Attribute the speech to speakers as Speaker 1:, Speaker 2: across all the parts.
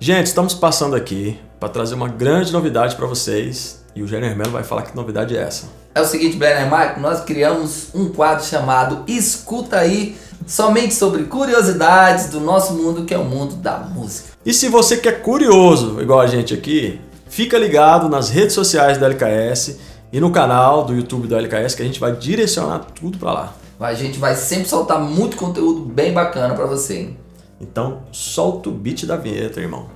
Speaker 1: Gente, estamos passando aqui para trazer uma grande novidade para vocês e o Jenner Melo vai falar que novidade é essa.
Speaker 2: É o seguinte, Brenner Marco, nós criamos um quadro chamado Escuta Aí, somente sobre curiosidades do nosso mundo, que é o mundo da música.
Speaker 1: E se você que é curioso, igual a gente aqui, fica ligado nas redes sociais da LKS e no canal do YouTube da LKS que a gente vai direcionar tudo para lá.
Speaker 2: A gente vai sempre soltar muito conteúdo bem bacana para você, hein?
Speaker 1: Então, solta o beat da vinheta, irmão.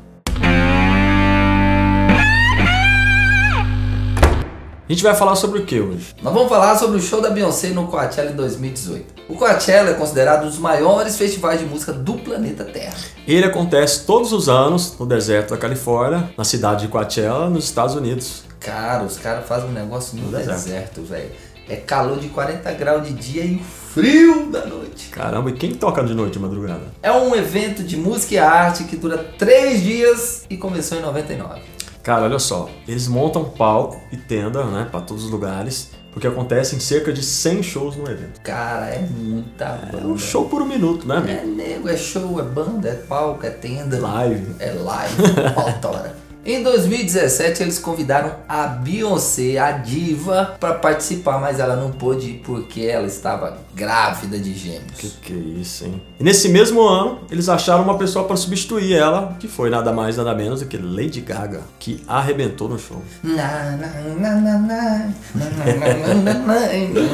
Speaker 1: A gente vai falar sobre o que hoje?
Speaker 2: Nós vamos falar sobre o show da Beyoncé no Coachella em 2018. O Coachella é considerado um dos maiores festivais de música do planeta Terra.
Speaker 1: Ele acontece todos os anos no deserto da Califórnia, na cidade de Coachella, nos Estados Unidos.
Speaker 2: Cara, os caras fazem um negócio no,
Speaker 1: No deserto.
Speaker 2: deserto, velho. É calor de 40 graus de dia e o frio da noite.
Speaker 1: Caramba, e quem toca de noite de madrugada?
Speaker 2: É um evento de música e arte que dura 3 dias e começou em 99.
Speaker 1: Cara, olha só, eles montam palco e tenda, né, para todos os lugares, porque acontecem cerca de 100 shows no evento.
Speaker 2: Cara, é muita banda.
Speaker 1: É um show por um minuto, né, amigo?
Speaker 2: É nego, é show, é banda, é palco, é tenda.
Speaker 1: Live.
Speaker 2: É live, motora. Em 2017 eles convidaram a Beyoncé, a diva, para participar, mas ela não pôde ir porque ela estava grávida de
Speaker 1: Que
Speaker 2: gêmeos.
Speaker 1: que é isso, hein? E nesse mesmo ano, eles acharam uma pessoa para substituir ela, que foi nada mais nada menos do que Lady Gaga, que arrebentou no show.
Speaker 2: Na, na, na, na, na, na, na, na, na, na.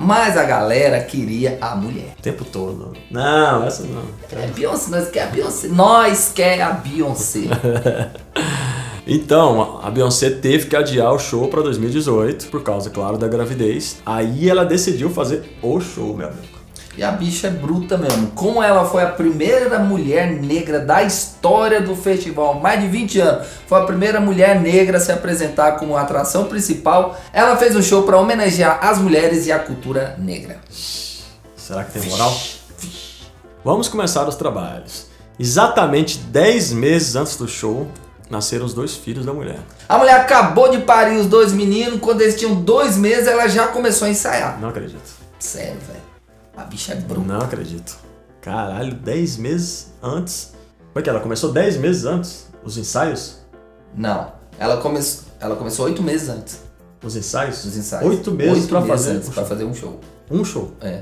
Speaker 2: Mas a galera queria a mulher.
Speaker 1: O tempo todo. Não, essa não.
Speaker 2: É Beyoncé, nós quer a Beyoncé, nós quer a Beyoncé.
Speaker 1: Então, a Beyoncé teve que adiar o show para 2018, por causa, claro, da gravidez. Aí ela decidiu fazer o show, meu amigo.
Speaker 2: E a bicha é bruta mesmo. Como ela foi a primeira mulher negra da história do festival, mais de 20 anos, foi a primeira mulher negra a se apresentar como atração principal, ela fez um show para homenagear as mulheres e a cultura negra.
Speaker 1: Será que tem moral? Vamos começar os trabalhos. Exatamente 10 meses antes do show, nasceram os dois filhos da mulher.
Speaker 2: A mulher acabou de parir os dois meninos, quando eles tinham dois meses, ela já começou a ensaiar.
Speaker 1: Não acredito.
Speaker 2: Sério, velho. A bicha é bruta.
Speaker 1: Não acredito. Caralho, 10 meses antes. Como é que ela começou 10 meses antes? Os ensaios?
Speaker 2: Não. Ela, começou, ela começou oito meses antes
Speaker 1: Os ensaios?
Speaker 2: dos ensaios.
Speaker 1: Oito meses pra fazer um
Speaker 2: antes pra
Speaker 1: show.
Speaker 2: fazer um show.
Speaker 1: Um show.
Speaker 2: É.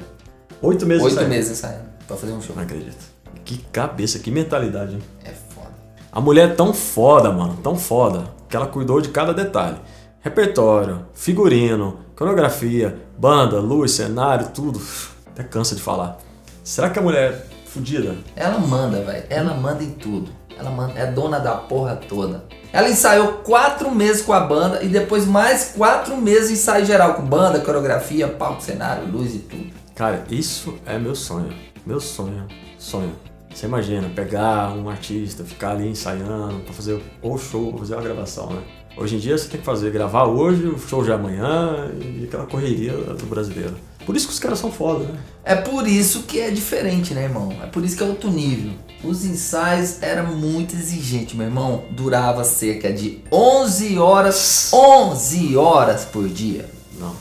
Speaker 1: Oito meses
Speaker 2: Oito
Speaker 1: ensaiando.
Speaker 2: meses ensaiando pra fazer um show.
Speaker 1: Não acredito. Que cabeça, que mentalidade, hein?
Speaker 2: É foda.
Speaker 1: A mulher é tão foda, mano, tão foda, que ela cuidou de cada detalhe. Repertório, figurino, coreografia, banda, luz, cenário, tudo. Até cansa de falar. Será que a mulher é fodida?
Speaker 2: Ela manda, velho. Ela manda em tudo. Ela manda, é dona da porra toda. Ela ensaiou quatro meses com a banda e depois mais quatro meses de ensaio geral com banda, coreografia, palco, cenário, luz e tudo.
Speaker 1: Cara, isso é meu sonho. Meu sonho. Sonho. Você imagina, pegar um artista, ficar ali ensaiando pra fazer o show, pra fazer uma gravação, né? Hoje em dia você tem que fazer, gravar hoje, o show já é amanhã e aquela correria do brasileiro. Por isso que os caras são foda, né?
Speaker 2: É por isso que é diferente, né, irmão? É por isso que é outro nível. Os ensaios eram muito exigentes, meu irmão. Durava cerca de 11 horas, 11 horas por dia.
Speaker 1: Não,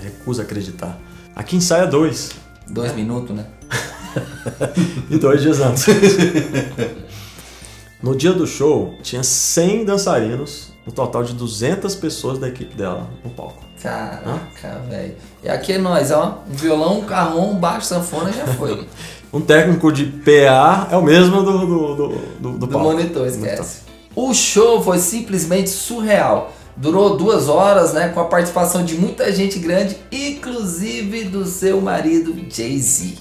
Speaker 1: recusa acreditar. Aqui ensaia dois.
Speaker 2: Dois minutos, né?
Speaker 1: E dois dias antes. no dia do show, tinha 100 dançarinos, um total de 200 pessoas da equipe dela no palco.
Speaker 2: Caraca, velho. E aqui é nós, ó. Um violão, um carrom, um baixo, sanfona já foi.
Speaker 1: Um técnico de PA é o mesmo do, do, do, do, do
Speaker 2: Do
Speaker 1: palco.
Speaker 2: monitor, esquece. O show foi simplesmente surreal. Durou duas horas, né? Com a participação de muita gente grande, inclusive do seu marido Jay-Z.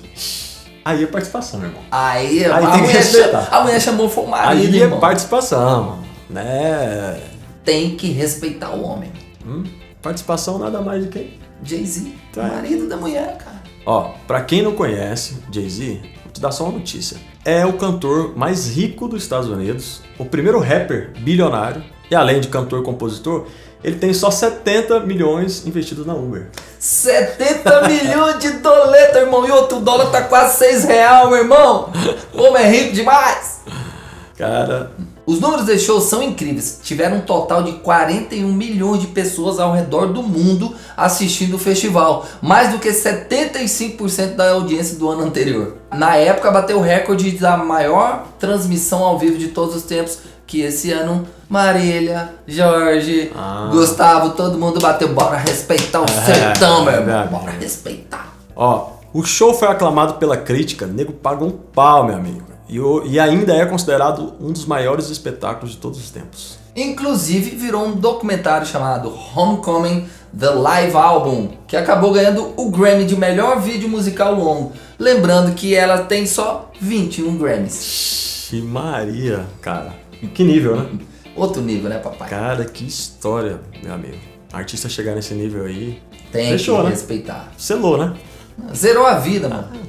Speaker 1: Aí é participação, meu irmão.
Speaker 2: Aí,
Speaker 1: Aí
Speaker 2: a,
Speaker 1: tem que
Speaker 2: mulher
Speaker 1: respeitar.
Speaker 2: cha- a mulher chamou foi o marido,
Speaker 1: Aí é
Speaker 2: irmão.
Speaker 1: participação, né?
Speaker 2: Tem que respeitar o homem.
Speaker 1: Hum, participação nada mais do que...
Speaker 2: Jay-Z,
Speaker 1: Tá.
Speaker 2: marido da mulher, cara.
Speaker 1: Ó, pra quem não conhece Jay-Z, vou te dar só uma notícia. É o cantor mais rico dos Estados Unidos, o primeiro rapper bilionário, e além de cantor e compositor, ele tem só 70 milhões investidos na Uber.
Speaker 2: 70 milhões de doleta, irmão. E outro dólar tá quase 6 real, meu irmão. O homem é rico demais.
Speaker 1: Cara,
Speaker 2: Os números desse show são incríveis. Tiveram um total de 41 milhões de pessoas ao redor do mundo assistindo o festival, mais do que 75% da audiência do ano anterior. Na época bateu o recorde da maior transmissão ao vivo de todos os tempos, que esse ano Marília, Jorge,
Speaker 1: Ah.
Speaker 2: Gustavo, todo mundo bateu bora respeitar o
Speaker 1: É,
Speaker 2: sertão, meu irmão.
Speaker 1: verdade.
Speaker 2: Bora respeitar.
Speaker 1: Ó, o show foi aclamado pela crítica, nego paga um pau, meu amigo. E, o- e ainda é considerado um dos maiores espetáculos de todos os tempos.
Speaker 2: Inclusive virou um documentário chamado Homecoming The Live Album, que acabou ganhando o Grammy de melhor vídeo musical longo. Lembrando que ela tem só 21 Grammys.
Speaker 1: Ixi, Maria, cara. E que nível, né?
Speaker 2: Outro nível, né, papai?
Speaker 1: Cara, que história, meu amigo. Artista chegar nesse nível aí,
Speaker 2: Tem
Speaker 1: fechou,
Speaker 2: que
Speaker 1: né?
Speaker 2: respeitar.
Speaker 1: selou, né?
Speaker 2: Zerou a vida, mano.